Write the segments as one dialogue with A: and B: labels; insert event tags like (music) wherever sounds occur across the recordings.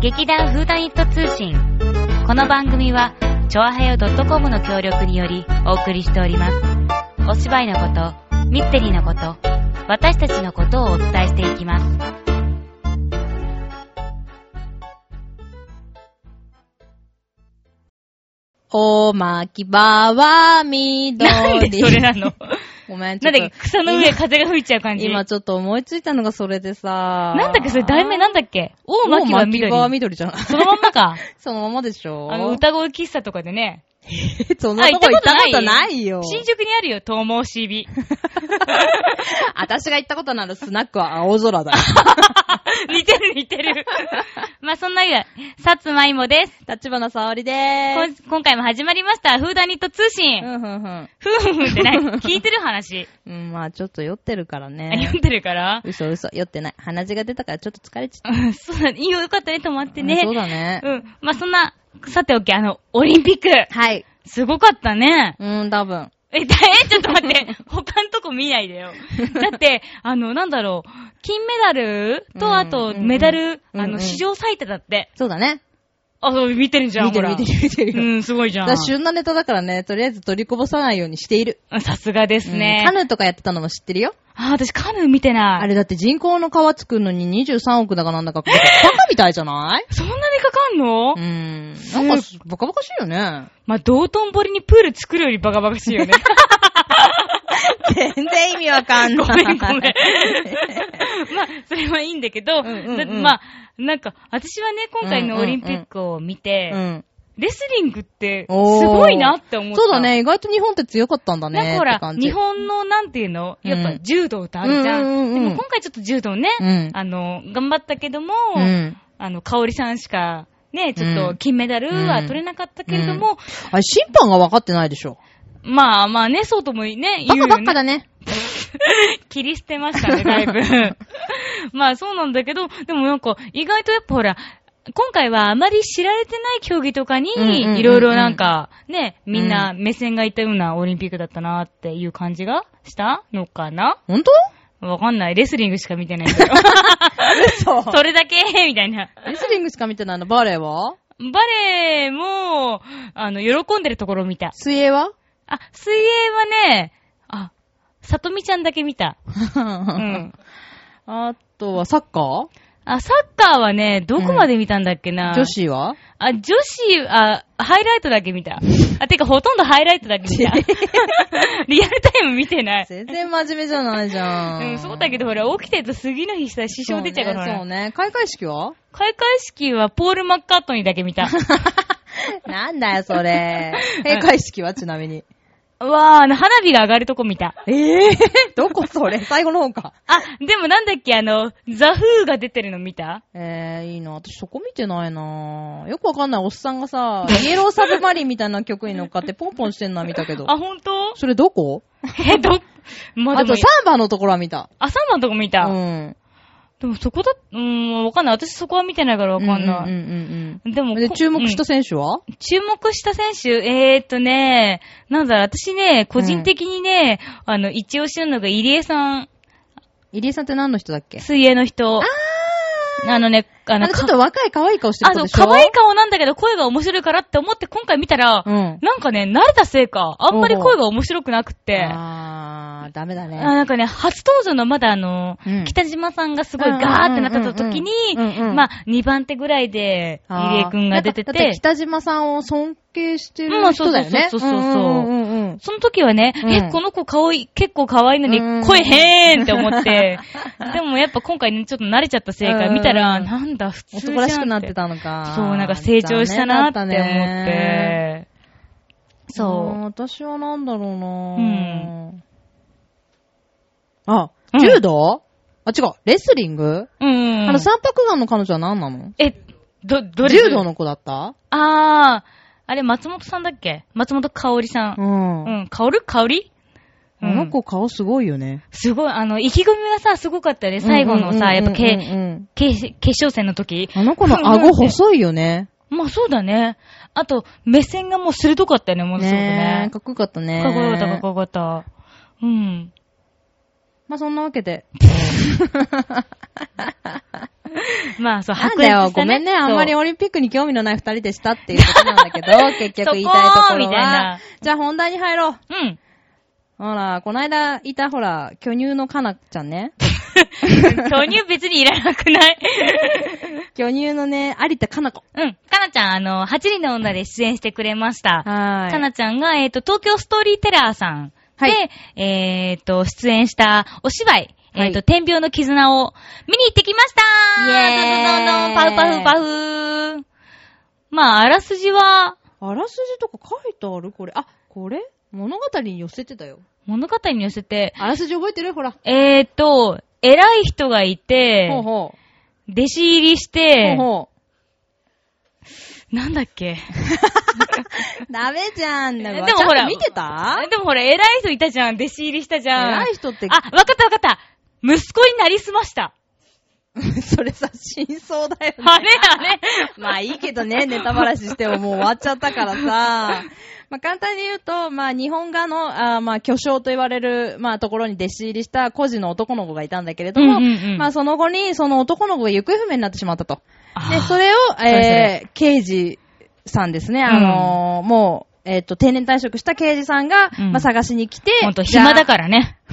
A: 劇団フーダニット通信。この番組は、チョアヘヨ .com の協力によりお送りしております。お芝居のこと、ミステリーのこと、私たちのことをお伝えしていきます。
B: おまきばは緑。
A: (laughs) なん (laughs) でそれなの
B: ごめん、ち
A: な
B: ょ
A: ん
B: っ
A: だっけ草の上風が吹いちゃう
B: と、
A: 感じ。
B: 今ちょっと思いついたのがそれでさ。
A: なんだっけそれ題名なんだっけ大
B: おま
A: 巻
B: き
A: は
B: ば
A: 緑。
B: は緑じゃん。
A: そのまんまか。
B: そのままでしょ
A: あの、歌声喫茶とかでね。
B: そんなとこ行ったことないよ。
A: 新宿にあるよ、東毛シビ。 (laughs)
B: 私が行ったことのあるスナックは青空だよ。
A: 似てる似てる。 (laughs) まあそんな以外、さつまいもです。
B: 立花沙織で
A: こ
B: ー
A: ん
B: す。
A: 今回も始まりました、フーダニット通
B: う
A: 信。
B: ん、ふんふん。
A: ふんふんって何聞いてる
B: (laughs)
A: 話。
B: うん、まあちょっと酔ってるからね。
A: 読んでるから。 (laughs)
B: 嘘嘘、酔ってない。鼻血が出たからちょっと疲れちゃっ。
A: うんそうだね。いいよ、よかったね、止まっててね。
B: そうだね。
A: うん。まあそんな、さておき、あの、オリンピック。
B: はい。
A: すごかったね。
B: うん、多分。
A: え、だ、え、ちょっと待
B: (laughs)
A: って。他のとこ見ないでよ。だって、あの、なんだろう。金メダル
B: う
A: と、
B: ん
A: あと、メダル、
B: うん
A: あ
B: う
A: の、
B: ん
A: 史上最多だって。
B: そうだね。
A: あ、そう、見てるじゃん、
B: 見てる
A: ほら
B: 見てる見てるよ
A: うん、すごいじゃ
B: だから
A: ん。
B: 旬なネタだからね、とりあえず取りこぼさないようにしている。
A: うんさすがですね。
B: うんカヌーとかやってたのも知ってるよ。
A: あ、私カヌー見てない。
B: あれだって人工の皮作るのに23億だ
A: (laughs)
B: かなんだかかかってバカみたいじゃない
A: そんなにかかんの、
B: うーん。なんか、バカバカしいよね。
A: まあ、道頓堀にプール作るよりバカバカし
B: (laughs)
A: いよね。
B: 全然意味わかん、
A: ごめんごめん。まあ
B: (laughs)
A: (laughs) それはいいんだけど、
B: んうんうん
A: だってまあ、なんか、私はね、今回のオリンピックを見て、
B: うん。
A: レスリングって、す
B: おー
A: ごいなって思った。
B: そうだ。ね、意外と日本って強かったんだ
A: なんかほ
B: ね。って
A: ら、
B: 感じ
A: 日本のなんていうのやっ
B: う
A: ぱ
B: ん
A: 柔道ってあるじゃん。
B: うんうんうんうん
A: でも今回ちょっと柔道ね、
B: うん
A: あの、頑張ったけども、
B: うん。
A: あの、香織さんしか、ね、ちょっ
B: う
A: と
B: ん
A: 金メダルは取れなかったけれども、
B: あれ、審判が分かってないでしょ。
A: まあまあね、そうともね、
B: バ
A: 言う
B: カ
A: よ、ね。
B: ばっかだね。
A: (laughs) 切り捨てましたね、だいぶ。
B: (laughs)
A: まあそうなんだけど、でもなんか、意外とやっぱほら、今回はあまり知られてない競技とか
B: うんうんうんうん
A: に、いろいろなんか、ね、みんな目線がいったようなオリンピックだったなっていう感じがしたのかな
B: ほんと
A: わかんない。レスリングしか見てないけ
B: (laughs)
A: ど。
B: 嘘
A: それだけ (laughs) みたいな。
B: レスリングしか見てないの、バレーは
A: バレエも、あの、喜んでるところ見た。
B: 水泳は
A: あ、水泳はね、あ、さとみちゃんだけ見た。うん。
B: あとはサッカ
A: あ、サッカーはね、どこまで見たんだっけな、
B: ー女子は
A: あ、女子、あ、ハイライトだけ見た。あ、てかほとんどハイライトだけ見た。 (laughs) リアルタイム見てない。
B: 全然真面目じゃないじゃん。
A: うん、そうだけどほら、起きてると次の日さ、支障出ちゃうから、
B: そうね。そうね開会式は
A: 開会式はポール・マッカートニーだけ見た。
B: (laughs) なんだよ、それ。 (laughs) 閉会式はちなみに。
A: わー、あの、花火が上がるとこ見た。
B: ええ (laughs) どこそれ最後の方か。
A: あ、でもなんだっけ、あの、ザ・フーが出てるの見た
B: ええいいな。私そこ見てないなよくわかんないおっさんが (laughs) さ、イエローサブマリンみたいな曲に乗っかってポンポンしてんのは見たけど。
A: あ、ほんと
B: それどこ
A: え、ど、まあ、
B: あ
A: でも
B: と、サ、ンバのところは見た。
A: あ、サンバのとこ見
B: う
A: た。
B: ん。
A: でもそこだ、うーん、わかんない。私そこは見てないからわかんない。
B: うんうんうん
A: で
B: うん
A: も、
B: で、
A: こ
B: 注目した選手は、
A: うん注目した選手、えーっとね、なんだろう、私ね、個人的にね、あの、一押しなのが入江さん、
B: 入江さんって何の人だっけ
A: 水泳の人。あのね、あ
B: あ
A: の、
B: の、ちょっと若い可愛い顔して
A: かあ
B: る子
A: の、
B: でしょ
A: 可愛い顔なんだけど、声が面白いからって思って今回見たら、
B: うん。
A: なんかね、慣れたせいか、あんまり声が面白くなくって、あ
B: あー、ダメだね。
A: なんかね、初登場のまだあの、
B: うん
A: 北島さんがすごいガーってなってた時に
B: うんうんうんうんうんう、ん
A: まあ、2番手ぐらいで、入江くんが出て、
B: あーなんかだってて北島さんを尊敬して
A: うん
B: る人だよね。
A: そうそうそうそう
B: うんうんうんうん
A: その時はね、
B: うん
A: え、この子顔い、結構可愛いのに
B: うん
A: 声へーんって思
B: (laughs)
A: って、でもやっぱ今回ね、ちょっと慣れちゃったせいか、
B: うん
A: 見たら、なんだ、普通じゃん
B: 男らしくなってたのか。
A: そう、なんか成長したなって思って。
B: 残念だたねうん
A: そ
B: 私はなんだろうな
A: うん
B: あ
A: う、ん
B: 柔道、あ、違う、レスリング、
A: う。うん。
B: あの、三白眼の彼女は何なの
A: え、ど、どれ
B: 柔道の子だった
A: あー、あれ、松本さんだっけ松本香織さ。
B: うんん。
A: う
B: あ
A: ん、香る香りうん
B: の子顔すごいよね。
A: すごい、あの、意気込みがさ、すごかったよね。最後のさ、やっぱ、
B: うんうん
A: け、
B: うんうん
A: け、決勝戦の時。
B: あの子の顎細いよね。
A: まあそうだね。あと、目線がもう鋭かったよね、ものすごくね
B: え。かっこよかったね。
A: かっこよかった、かっこよかった。うん。
B: まあそんなわけで。
A: まあ、そう、
B: なんだよ、ごめんね。あんまり
A: そう
B: オリンピックに興味のない二人でしたっていうことなんだ
A: (laughs)
B: けど、結局言いたいとこ
A: そこーみ
B: ろ
A: たいな
B: は。じゃあ本題に入ろう。
A: うん。
B: ほら、こないだいたほら、巨乳のかなちゃ
A: (laughs)
B: んね。
A: 巨乳別にいらなくない (laughs)
B: 巨乳のね、有田かな子。
A: うん。かなちゃん、あの、8人の女で出演してくれました。
B: はーい。
A: かなちゃんが、えっ、と、東京ストーリーテラーさんで、
B: はい
A: えっ、と、出演したお芝居、
B: はい
A: えっ、と、天秤の絆を見に行ってきました
B: イエー
A: ど
B: イ
A: んどんどんどんパフパフパフまあ、あらすじは、
B: あらすじとか書いてあるこれ。あ、これ物語に寄せてたよ。
A: 物語に寄せて、
B: あらすじ覚えてるほら。
A: えっ、と、偉い人がいて、
B: ほうほ
A: 弟子入りし
B: う。ほ
A: て
B: う、ほ
A: なんだっ
B: (laughs)
A: け
B: う。ダメじゃん。
A: え
B: で
A: で
B: も
A: も
B: ほ
A: ほ
B: ら。
A: ら
B: 見てた
A: でもほら、偉い人いたじゃん。弟子入りしたじゃん。
B: 偉い人って、
A: あ、わかったわかった。息子になりすました。
B: (laughs) それさ、真相だよね。
A: あれあれ。
B: (laughs) まあいいけどね、ネタバラシしてももう終わっちゃった
A: (laughs)
B: からさ。まあ簡単に言うと、まあ日本画の、あーまあ巨匠と言われる、まあところに弟子入りした孤児の男の子がいたんだけれども、
A: うんうんうん
B: まあその後にその男の子が行方不明になってしまったと。で、そ
A: れ、
B: れを、
A: れ
B: えー、刑事さんですね。あのーもう、えっ、と、定年退職した刑事さんが、
A: うん
B: まあ探しに来て、
A: ほんと暇だ
B: ら。
A: からね。
B: (laughs)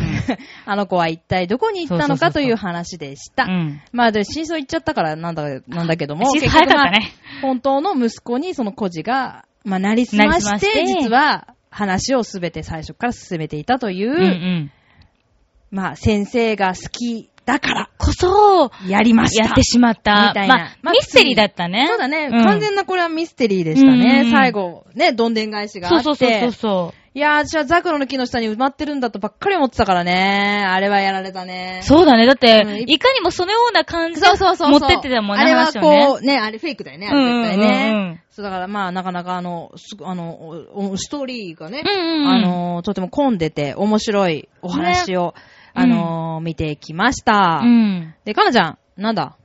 B: あの子は一体どこに行ったのかという話でした。
A: うん。
B: まあで、真相言っちゃったからなんだ、なんだけど
A: (laughs)
B: も。
A: 真相早かったね
B: 結局まあ本当の息子にその孤児が、まあ、なりす
A: な
B: まして、
A: りすまして
B: 実は話をすべて最初から進めていたという、
A: うんうん。
B: まあ先生が好きだから、
A: こそ、
B: やりました。
A: やってしまった。
B: みた
A: ま
B: いなま
A: あ、
B: あ
A: ミステリーだったね。
B: そうだね、
A: ん
B: 完全なこれはミステリーでしたね。
A: うんうん
B: 最後、ね、どんでん返しがあっ
A: そ
B: て。
A: うそうそうそうそ
B: いやー、私はザクロの木の下に埋まってるんだとばっかり思ってたからね。あれはやられたね
A: う。。そうだね。だっ
B: うん
A: て、いかにもそのような感じで
B: そうそうそうそう。
A: 持ってってたもんね、
B: あれは
A: 話をね。
B: こう、ね、あれフェイクだよね、あれ絶対ね。
A: うんうんうんうん
B: そうだからまあ、なかなかあの、すあの、おおストーリーがね、
A: うんうんうん
B: あの、とても混んでて面白いお話を、あの、見てきました。
A: うん。
B: で、かなちゃん、なんだ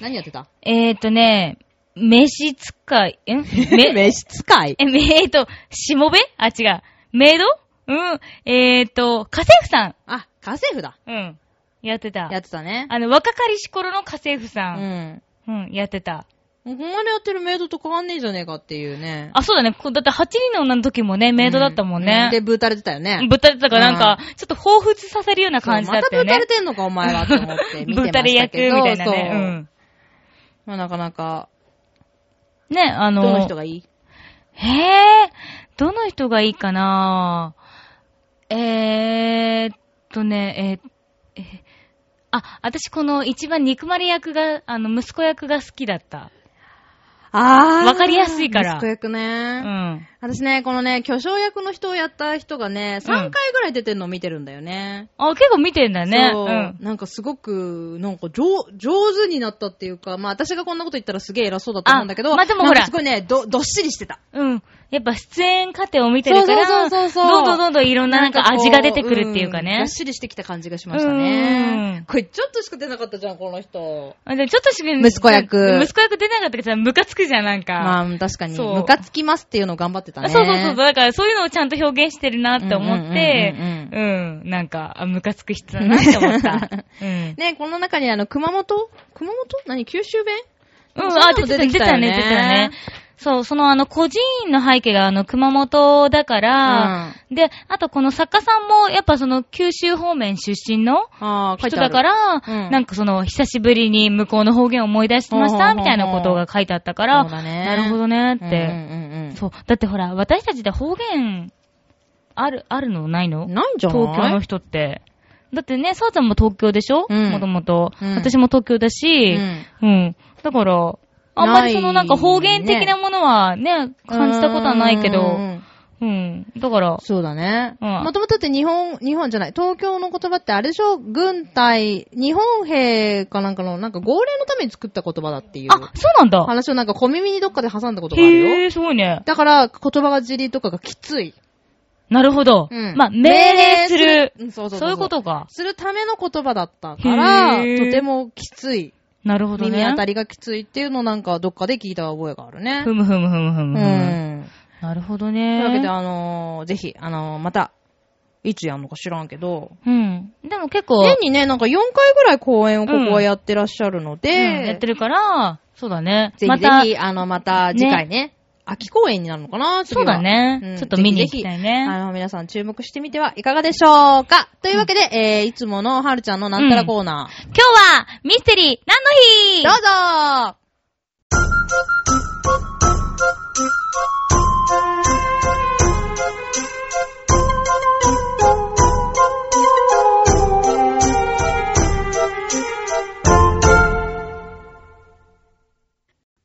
B: 何やってた
A: えーとね、飯使い、
B: (laughs)
A: んめ
B: 飯使い
A: え、えーと、しもべあ、違う。メイドうん。えーと、家政婦さ
B: あ、家政婦だ。
A: ん。うん。やってた。
B: やってたね。
A: あの、若かりし頃の家政婦
B: う
A: さん。
B: ん。
A: うん、やってた。
B: もうこんなにやってるメイドと変わんねえじゃねえかっていうね。
A: あ、そうだね。こだって8人の女の時もね、メイドだったもん
B: う
A: ね
B: う。で、ぶーたれてたよね。
A: ぶったれてたからなんか、ちょっと彷彿させるような感じだった
B: そう
A: よ
B: またぶー
A: ね
B: たれ。てんのか、お前は、と思っ
A: (laughs)
B: て見てましたけど。
A: ぶったれ役みたいなね。
B: そうう。
A: ん。
B: まあ、なかなか、
A: ね、あ
B: ど
A: の、
B: の人がいい
A: へえ、どの人がいいかなえーっとね、えーえーあ、私この一番憎まれ役が、あの、息子役が好きだった。
B: あ
A: わかりやすいから
B: 息子役
A: う
B: ね。
A: ん。
B: 私ね、このね、巨匠役の人をやった人がね、
A: うん
B: 3回ぐらい出てるのを見てるんだよね。
A: あ、結構見てんだね。
B: そうう、
A: ん。
B: なんかすごく、なんか上、上手になったっていうか、まあ私がこんなこと言ったらすげえ偉そうだと思うんだけど、
A: あまあでもほら
B: なんかすごいね、ど、どっしりしてた。
A: うん。やっぱ出演過程を見てるから、
B: そうそうそうそう
A: どんどんどんどんいろんななんか
B: こう
A: 味が出てくるっていうか
B: んど
A: ね
B: っ。しりしてきた感じがしました
A: うん
B: ね。これちょっとしか出なかったじゃん、この人。
A: あでもちょっとしか
B: 息子役
A: 息子役出なかったけどさ、ムカつくじゃん、なんか。
B: まあ確かに、
A: そう
B: ムカつきますっていうのを頑張ってたね。
A: そうそうそう。だからそういうのをちゃんと表現してるなって思って、
B: う
A: うん
B: うん
A: んなんか、あムカつく人だなって
B: (laughs)
A: 思った。うん。
B: ね、この中にあの、熊本熊本何九州弁
A: うん、あ、出てた、出てたね、出てたね。。そう、そのあの、孤児院の背景があの、熊本だから、で、あとこの作家さんも、やっぱその、九州方面出身の
B: ああ、書い
A: 人
B: て
A: だ
B: ある
A: から、
B: うん
A: なんかその、久しぶりに向こうの方言を思い出しまし
B: ほうほうほう
A: た、
B: ほう
A: みたいなことが書いてあったから、
B: そうだね
A: なるほどね、って。
B: うんうんうん
A: そう。だってほら、私たちで方言、ある、あるのないの
B: ないんじゃない
A: 東京の人って。だってね、さあちゃんも東京でしょ
B: うん
A: もともと
B: うん。
A: 私も東京だし、うん、だから、あんまりそのなんか方言的なものはね、感じたことはないけ
B: うんうん
A: ど、
B: うん
A: うん。だから、
B: そうだね。
A: うん
B: もともとって日本、日本じゃない。東京の言葉ってあれでしょ軍隊、日本兵かなんかの、なんか号令のために作った言葉だっていう
A: あ、そうなんだ。
B: 話をなんか小耳にどっかで挟んだことがあるよ。
A: へえ、すごいね。
B: だから言葉がじりとかがきつい。
A: なるほど。
B: うん
A: まあ、命令する。
B: うんそうそう
A: そ
B: そう
A: ういうことか。
B: するための言葉だったから、
A: へー
B: とてもきつい。
A: なるほどね。
B: 耳当たりがきついっていうのをなんかどっかで聞いた覚えがあるね。
A: ふむふむふむふ
B: う
A: むふむ。
B: ん。
A: なるほど
B: とい
A: ね。
B: うわけで、あのーぜひ、あのーまた、いつやんのか知らんけど、
A: うん。でも結構、
B: 年にね、なんか4回ぐらい公演をここはやってらっしゃるので、
A: うんやってるから、そうだね。
B: ぜ
A: ま
B: ひぜ
A: た、
B: ひ、あの、また次回ね、秋公演になるのかな次
A: そう
B: は
A: だね、
B: うん
A: ちょっと見に行きたい
B: ぜひぜ
A: ね。
B: ひあの、皆さん注目してみてはいかがでしょうかというわけで、えー、いつものはるちゃんのなんたらコーナー。
A: 今日は、ミステリー、何
B: ど
A: の
B: う
A: 日
B: ぞ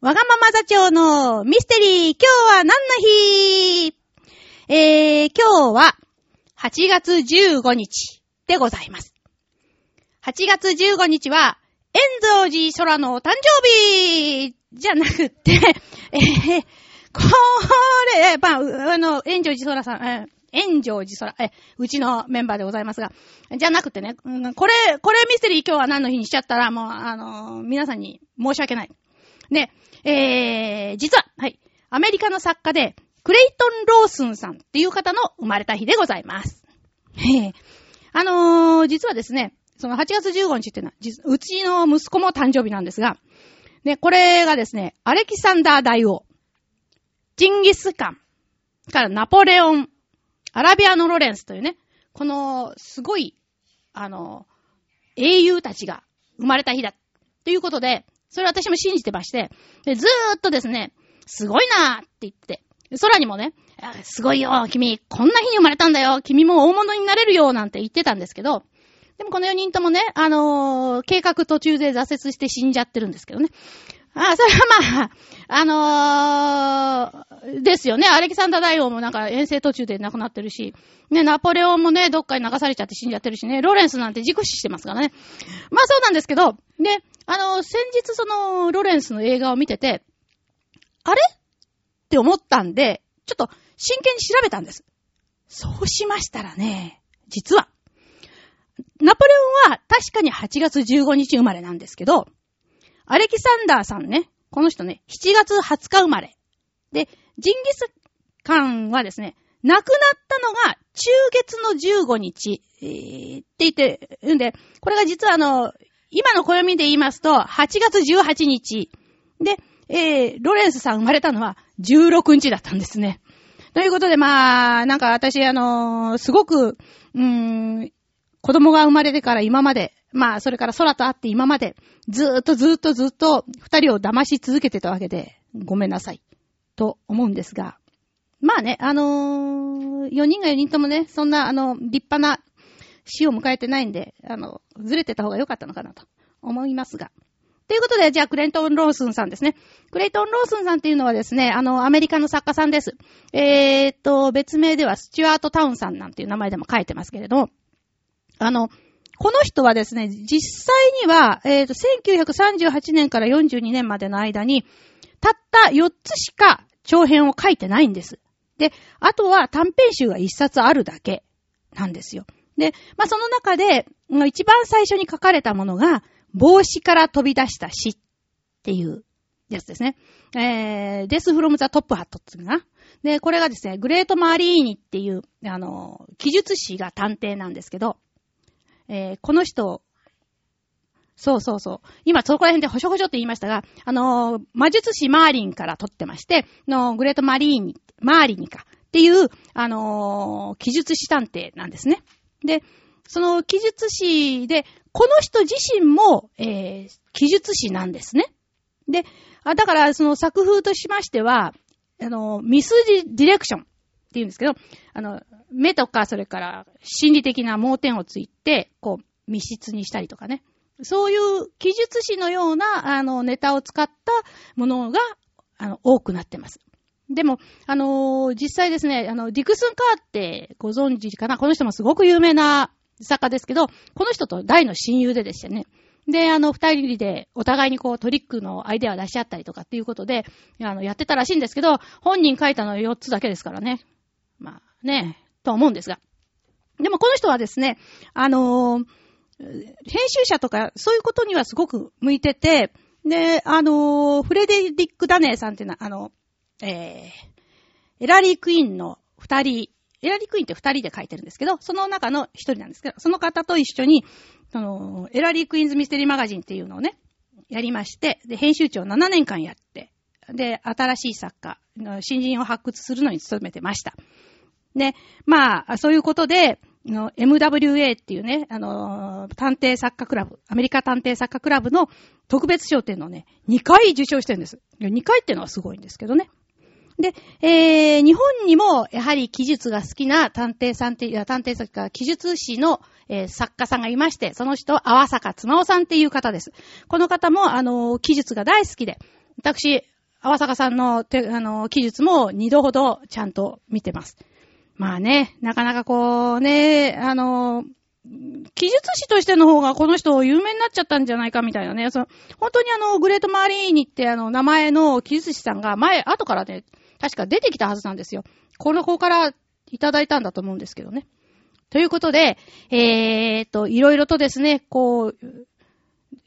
C: わがまま座長のミステリー、今日は何の日えー、今日は8月15日でございます。8月15日は、遠蔵寺空のお誕生日じゃなくって、 (laughs) えー、これ、まあう、あの、遠蔵寺空さん、えー炎上寺空、え、うちのメンバーでございますが、じゃなくてね、うんこれ、これミステリー今日は何の日にしちゃったら、もう、あのー皆さんに申し訳ない。ね、えー、実は、はい、アメリカの作家で、クレイトン・ロースンさんっていう方の生まれた日でございます。へえあのー、実はですね、その8月15日っていうのは、実うちの息子も誕生日なんですが、ね、これがですね、アレキサンダー大王、ジンギスカン、からナポレオン、アラビアのロレンスというね、この、すごい、あのー、英雄たちが生まれた日だということで、それ私も信じてまして、でずーっとですね、すごいなーって言って、空にもね、あすごいよー、君、こんな日に生まれたんだよ、君も大物になれるよーなんて言ってたんですけど、でもこの4人ともね、あのー計画途中で挫折して死んじゃってるんですけどね。あ、それはまあ、あのーですよね。アレキサンダー大王もなんか遠征途中で亡くなってるし、ね、ナポレオンもね、どっかに流されちゃって死んじゃってるしね、ロレンスなんて事故死してますからね。まあそうなんですけど、で、あの、先日その、ロレンスの映画を見てて、あれって思ったんで、ちょっと真剣に調べたんです。そうしましたらね、実は、ナポレオンは確かに8月15日生まれなんですけど、アレキサンダーさんね、この人ね、7月20日生まれ。で、ジンギスカンはですね、亡くなったのが中月の15日、えーって言ってるんで、これが実はあの、今の暦で言いますと、8月18日。で、えー、ロレンスさん生まれたのは16日だったんですね。ということで、まあ、なんか私、あのーすごく、うーん、子供が生まれてから今まで、まあ、それから空と会って今まで、ずーっとずーっとずーっと二人を騙し続けてたわけで、ごめんなさい、と思うんですが。まあね、あのー、4人が4人ともね、そんな、あの、立派な死を迎えてないんで、あの、ずれてた方が良かったのかなと思いますが。ということで、じゃあ、クレイトン・ロースンさんですね。クレイトン・ロースンさんっていうのはですね、あの、アメリカの作家さんです。えーっと、別名ではスチュアート・タウンさんなんていう名前でも書いてますけれど、あの、この人はですね、実際には、えーっと、1938年から42年までの間に、たった4つしか長編を書いてないんです。で、あとは短編集が1冊あるだけなんですよ。で、まあ、その中で、うん一番最初に書かれたものが、帽子から飛び出した死っていうやつですね。えー、Death from the Top Hat っていうのかな。で、これがですね、グレート・マリーニっていう、あの、記述師が探偵なんですけど、えー、この人、そうそうそう。今、そこら辺でほしょほしょって言いましたが、あのー魔術師マーリンから取ってまして、の、グレート・マリーニ、マーリニか、っていう、あのー記述師探偵なんですね。で、その記述師で、この人自身も、えー記述師なんですね。で、あだから、その作風としましては、あのーミスディレクションっていうんですけど、あの、目とか、それから心理的な盲点をついて、こう、密室にしたりとかね。そういう記述師のような、あの、ネタを使ったものが、あの、多くなってます。でも、あのー実際ですね、あの、ディクスン・カーってご存知かなこの人もすごく有名な作家ですけど、この人と大の親友ででしたね。で、あの、二人でお互いにこうトリックのアイデアを出し合ったりとかっていうことで、あの、やってたらしいんですけど、本人書いたの4つだけですからね。まあね、とは思うんですが。でもこの人はですね、あのー編集者とか、そういうことにはすごく向いてて、で、あのーフレデリック・ダネーさんっていうのは、あの、えーエラリー・クイーンの二人エラリークイーンって二人で書いてるんですけど、その中の一人なんですけど、その方と一緒に、その、エラリークイーンズミステリーマガジンっていうのをね、やりまして、で、編集長7年間やって、で、新しい作家、新人を発掘するのに努めてました。で、まあ、そういうことで、あの MWA っていうね、あのー、探偵作家クラブ、アメリカ探偵作家クラブの特別賞っていうのをね、2回受賞してるんです。2回っていうのはすごいんですけどね。で、えー、日本にも、やはり記述が好きな探偵さんって、いや探偵作家、記述師の、えー作家さんがいまして、その人は、淡坂つまおさんっていう方です。この方も、あのー、記述が大好きで、私、淡坂さんの、てあのー、記述も2度ほどちゃんと見てます。まあね、なかなかこうね、あのー、記述師としての方がこの人有名になっちゃったんじゃないかみたいなね。その本当にあの、グレートマリーニってあの、名前の記述師さんが前、後からね、確か出てきたはずなんですよ。この子からいただいたんだと思うんですけどね。ということで、えーっと、いろいろとですね、こう、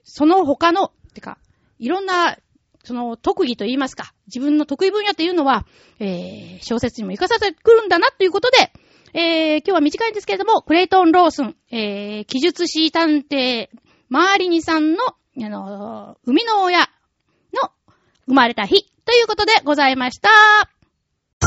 C: その他の、てか、いろんな、その特技と言いますか、自分の得意分野というのは、えー、小説にも活かされてくるんだなということで、えー、今日は短いんですけれども、クレイトン・ロースン、えー、記述師探偵、マーリニさんの、あのー、生みの親の生まれた日ということでございました。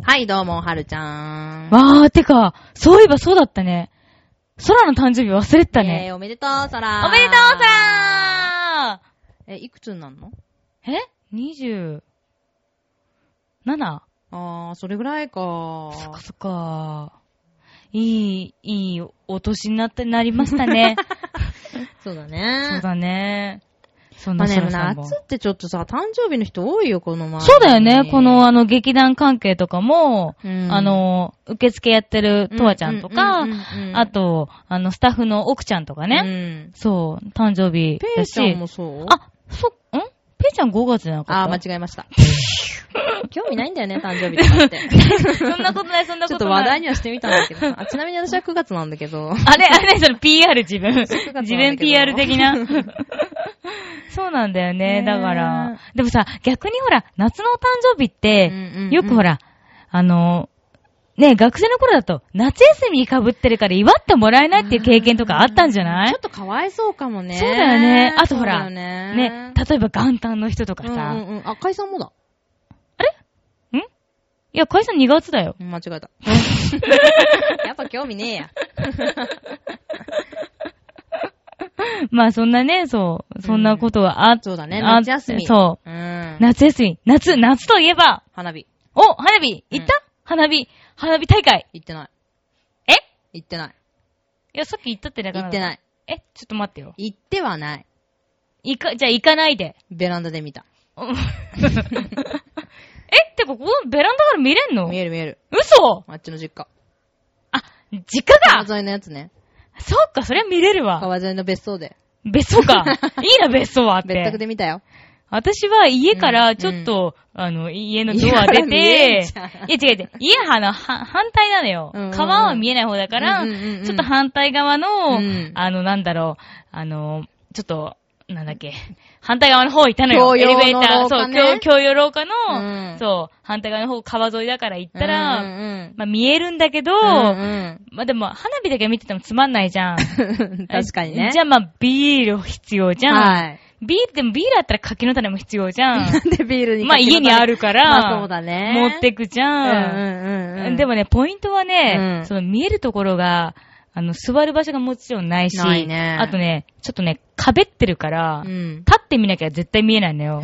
B: はい、どうも、はるちゃん。
A: わー、てか、そういえばそうだったね。空の誕生日忘れてた
B: え
A: ね。
B: ーおめでとう、そら。
A: おめでとうさ
B: え、いくつになるの
A: ーえ ?27?
B: あー、それぐらいか。
A: そっかそっか。いい、いいお年になって、なりました
B: (laughs)
A: ね。
B: そうだ
A: そう
B: ね。
A: だね。そん
B: ま
A: な
B: あでも
A: 白さんも
B: 夏ってちょっとさ、誕生日の人多いよ、この前。
A: そうだよね。こ、の、あの、劇団関係とかも、
B: うん
A: あの、受付やってるとわちゃんとか
B: うんうんうんうんう、ん
A: あと、あの、スタッフの奥ちゃんとかね。
B: うん。
A: そう、誕生日
B: ペ
A: だ
B: イ
A: し。
B: ちゃんもそう
A: あ、そ、んペイちゃん5月じゃなかった
B: あー、間違え
A: (laughs)
B: ました。興味ないんだよね、誕生日とか (laughs) って。
A: そんなことない、そんな
B: ち
A: こ
B: ょっと
A: と
B: 話
A: な
B: 題
A: い。
B: にはしてみたんだけど
A: (laughs)
B: さ。あちなみに私は9月なんだけど。
A: あれ、あれ、その PR 自分。
B: ど
A: 自分 PR 的な。 (laughs) そうなんだよね、
B: ねえ
A: だから。でもさ、逆にほら、夏のお誕生日って、
B: うんうんうん
A: よくほら、あの、ね、学生の頃だと、夏休みに被ってるから祝ってもらえないっていう経験とかあったんじゃない
B: ちょっとかわいそうかもね。
A: そうだよね。あとほ
B: そ
A: ら、
B: うだよ
A: ね
B: ね、。
A: 例えば元旦の人とか
B: うん
A: さ、
B: うんうん。あ、解散もだ。
A: いや、会社2月だよ。 (laughs)
B: 間違えた。やっぱ興味ねえや。
A: まあそんなね、そう、そんなことがあっ
B: そうだね。
A: あ
B: 夏休み。。
A: そうう。
B: ん。
A: 夏休み。夏、夏といえば、
B: 花火。
A: お、花火行った、
B: う
A: 花火、花火大会。
B: 行ってない。
A: え
B: 行ってない。
A: いや、さっき行ったってだか
B: 行
A: ら。。
B: ってないい。
A: え、ちょっと待ってよ。
B: 行ってはない。
A: 行か、じゃあ行かないで。 (laughs)
B: ベランダで見た。
A: うんえ、ってか、ここベランダから見れんの
B: 見える見える。
A: 嘘
B: あっちの実家。
A: あ、実家が
B: 川沿いのやつね。
A: そっか、そりゃ見れるわ。
B: 川沿いの別荘で。
A: 別荘
B: (laughs)
A: か。いいな、別荘はって。
B: 別宅で見たよ。
A: 私は家か
B: う
A: ら
B: ん
A: ちょっと、あの、家のドア出て、い
B: 家
A: や
B: から
A: 違う違う、家はあの、は反対なのよ。
B: うんうんうん
A: 川は見えない方だから、
B: うんうんうんうん
A: ちょっと反対側の、
B: うん
A: あの、なんだろう、あの、ちょっと、なんだっけ、反対側の方行ったの
B: 共
A: よ。エ
B: 用
A: レ
B: の
A: ベーター、
B: 廊下ね
A: そう、共共用廊下の、
B: うん
A: そう、反対側の方川沿いだから行ったら、
B: うんうん
A: まあ見えるんだけど、
B: うん
A: まあでも、花火だけ見ててもつまんないじゃん。
B: うん。 (laughs) 確かにね。
A: じゃあまあ、ビール必要じゃん。
B: はい。
A: ビール、でもビールあったら柿の種も必要じ
B: (laughs)
A: ゃん。
B: で、ビールに
A: まあ家にあるから、
B: まあそうだね
A: 持ってくじ
B: うん
A: ゃん。
B: うんうん。
A: でもね、ポイントはね、
B: うん
A: その見えるところが、あの、座る場所がもちろんないし、
B: ないね
A: あとね、ちょっとね、壁ってるから、
B: うん
A: 立ってみなきゃ絶対見えないの
B: (laughs)
A: よ。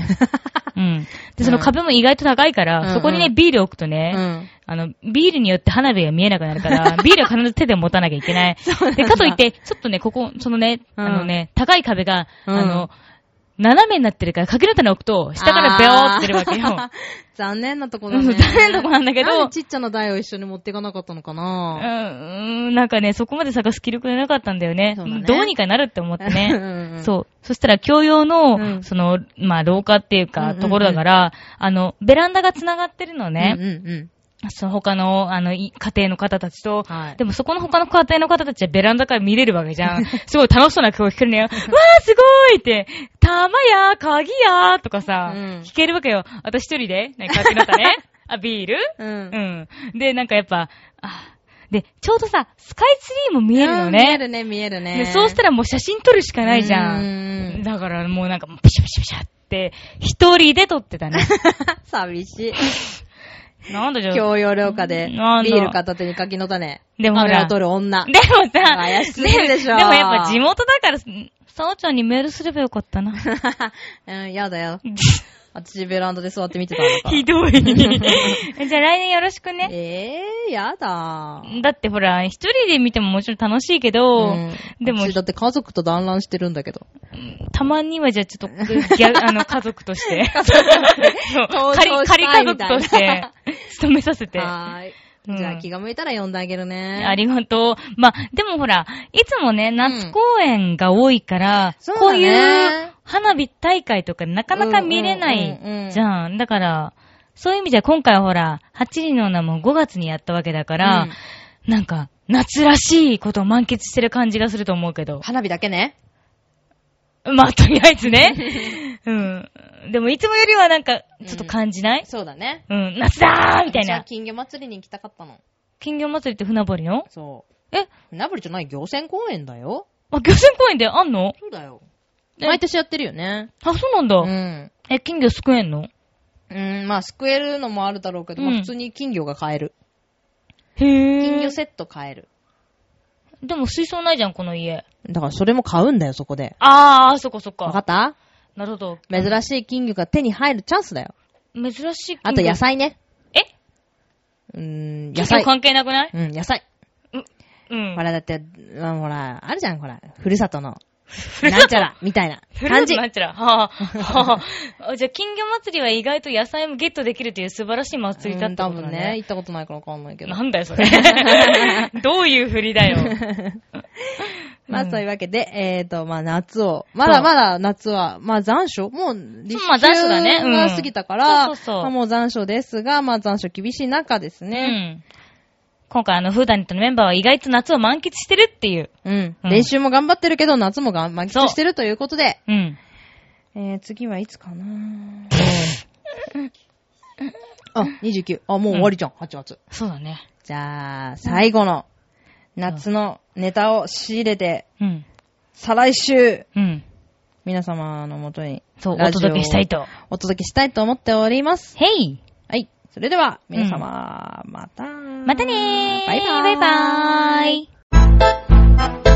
A: うん。で、その壁も意外と高いから、
B: うんうん
A: そこにね、ビール置くとね、
B: うん
A: あの、ビールによって花火が見えなくなる
B: (laughs)
A: から、ビールは必ず手で持たなきゃいけない。で、かといって、ちょっとね、ここ、そのね、
B: うん
A: あのね、高い壁が、
B: うん
A: あの、斜めになってるから、かけるたの置くと、下からベオーってるわけよ。。
B: (laughs) 残念なとこ
A: う
B: だ
A: ん
B: ね。
A: 残念なとこなんだけど
B: なんでちっちゃな台を一緒に持っていかなかったのか
A: うん、う
B: な
A: ーんなんかね、そこまで探す気力がなかったんだよね。
B: そうだね
A: どうにかなるって思って
B: う
A: ね。
B: んうん (laughs)
A: そう。そしたら、共用の、
B: うん
A: その、まあ、廊下っていう
B: うんう
A: か、
B: んうん
A: ところだから、あの、ベランダが繋がってるのね。
B: うんうん
A: その他の、あの、い家庭の方たちと、
B: はい
A: でもそこの他の家庭の方たちはベランダから見れるわけじゃ
B: (laughs)
A: ん。すごい楽しそうな曲を聴けるのよ。わーすごいって、玉や、鍵や、とかさ、
B: うん
A: 弾けるわけよ。私一人で、なんか楽器の
B: (laughs)
A: 中ね。あ、ビール
B: うん
A: うん。で、なんかやっぱ、あ、で、ちょうどさ、スカイツリーも見えるの
B: 見え
A: ね。
B: るね、見え
A: で
B: るね。
A: そうしたらもう写真撮るしかないじゃ。
B: うんん
A: だからもうなんか、ピシャピシャピシャって、一人で撮ってた
B: (laughs)
A: ね。
B: (laughs) 寂しい。
A: なんだじゃあ
B: 教養量下で、ビ
A: なんだ
B: ール片手に柿の種。
A: でもほら
B: 飴を取る女
A: で。もさ、
B: 怪しいでしょ
A: もやっぱ地元だから、さおちゃんにメールすればよかった
B: (laughs)
A: な。
B: (laughs) うん、やだよ。私ベランダで座って見てたんだから
A: (laughs) ひ。どい。じゃあ来年よろしくね。
B: ええー、やだ。
A: だってほら、一人で見てももちろん楽しいけど、
B: うん
A: でも
B: 私、だって家族と団らんしてるんだけど。
A: たまにはじゃあちょっと、
B: (laughs)
A: ギャあの、家族として。そう仮、
B: 登場した
A: 仮
B: い
A: 家族とし
B: みたい
A: て
B: (laughs) な、
A: 勤めさせて。
B: はーい。
A: うん
B: じゃあ気が向いたら呼んであげるね。
A: ありがとう。まあ、でもほら、いつもね、夏公演が多いから、
B: そう
A: こ
B: だ
A: うい
B: ね
A: う花火大会とかなかなか見れな
B: うんうんうんう
A: い
B: ん
A: じゃん。だから、そういう意味じゃ今回はほら、8人の名も5月にやったわけだから、なんか、夏らしいことを満喫してる感じがすると思うけど。
B: 花火だけね。
A: まあ、とりあえずね。うん。でも、いつもよりはなんか、ちょっと感じない、
B: そうだね。
A: うん、夏だーみたい
B: 私は
A: な。
B: 金魚祭りに行きたかったの。
A: 金魚祭りって船堀の
B: そう。
A: え、
B: 船堀じゃない、行船公園だよ。
A: あ、漁船公園であんの
B: そうだよ。
A: え
B: 毎年やってるよね。
A: あ、そうなんだ。
B: うん。
A: え、金魚すくえんの
B: うん、まあ、救えるのもあるだろうけど、まあ
A: うん
B: 普通に金魚が買える。
A: へぇ
B: 金魚セット買える。
A: でも水槽ないじゃん、この家。
B: だからそれも買うんだよ、そこで。
A: あー、そこそこ
B: わか。った
A: なるほど。
B: 珍しい金魚が手に入るチャンスだよ。
A: 珍しい金魚。
B: あと野。菜ね。
A: え
B: うーん、野
A: 野菜
B: 菜。
A: 関係なくない
B: うん、野菜。
A: うん
B: ほ。ら、だって、うんほら、あるじゃん、ほら、ふるさとの、
A: ふるさ
B: なん
A: と
B: ちゃら、みたいな
A: ふるさ
B: 感
A: と
B: じ。
A: なんちゃら。はぁ、はぁ、あじゃあ、 (laughs) 金魚祭りは意外と野菜もゲットできるという素晴らしい祭りだった
B: 多
A: ことだ
B: 分ね、。行ったことないからわかんないけど。
A: なんだよ、そ
B: (laughs)
A: れ。どういう振りだよ。
B: まあ、そういうわけで、えっと、まあ、夏を、まだまだ夏は、まあ、残暑もう、立
A: まあ残暑だねうん
B: が過ぎたから、
A: そうそうそう
B: まあもう残暑ですが、まあ、残暑厳しい中です
A: う
B: ね。
A: ん。今回、あの、フーダニットのメンバーは意外と夏を満喫してるっていう。
B: うん。
A: うん
B: 練習も頑張ってるけど、夏もがん満
A: そう
B: 喫してるということで、 (laughs)
A: うん。
B: えー、次はいつかなあ、29。あ、もう終わりじゃん、8月。
A: そうだね。
B: じゃあ、最後の、夏のネタを仕入れて、
A: うん。
B: 再来週、
A: うん。
B: 皆様のもとに、
A: そう、お
B: ラジオを
A: 届けしたいと。
B: お届けしたいと思っております。
A: ヘイ
B: はい。それでは、皆様、また。
A: またねー
B: バイバーイ。
A: バイバーイ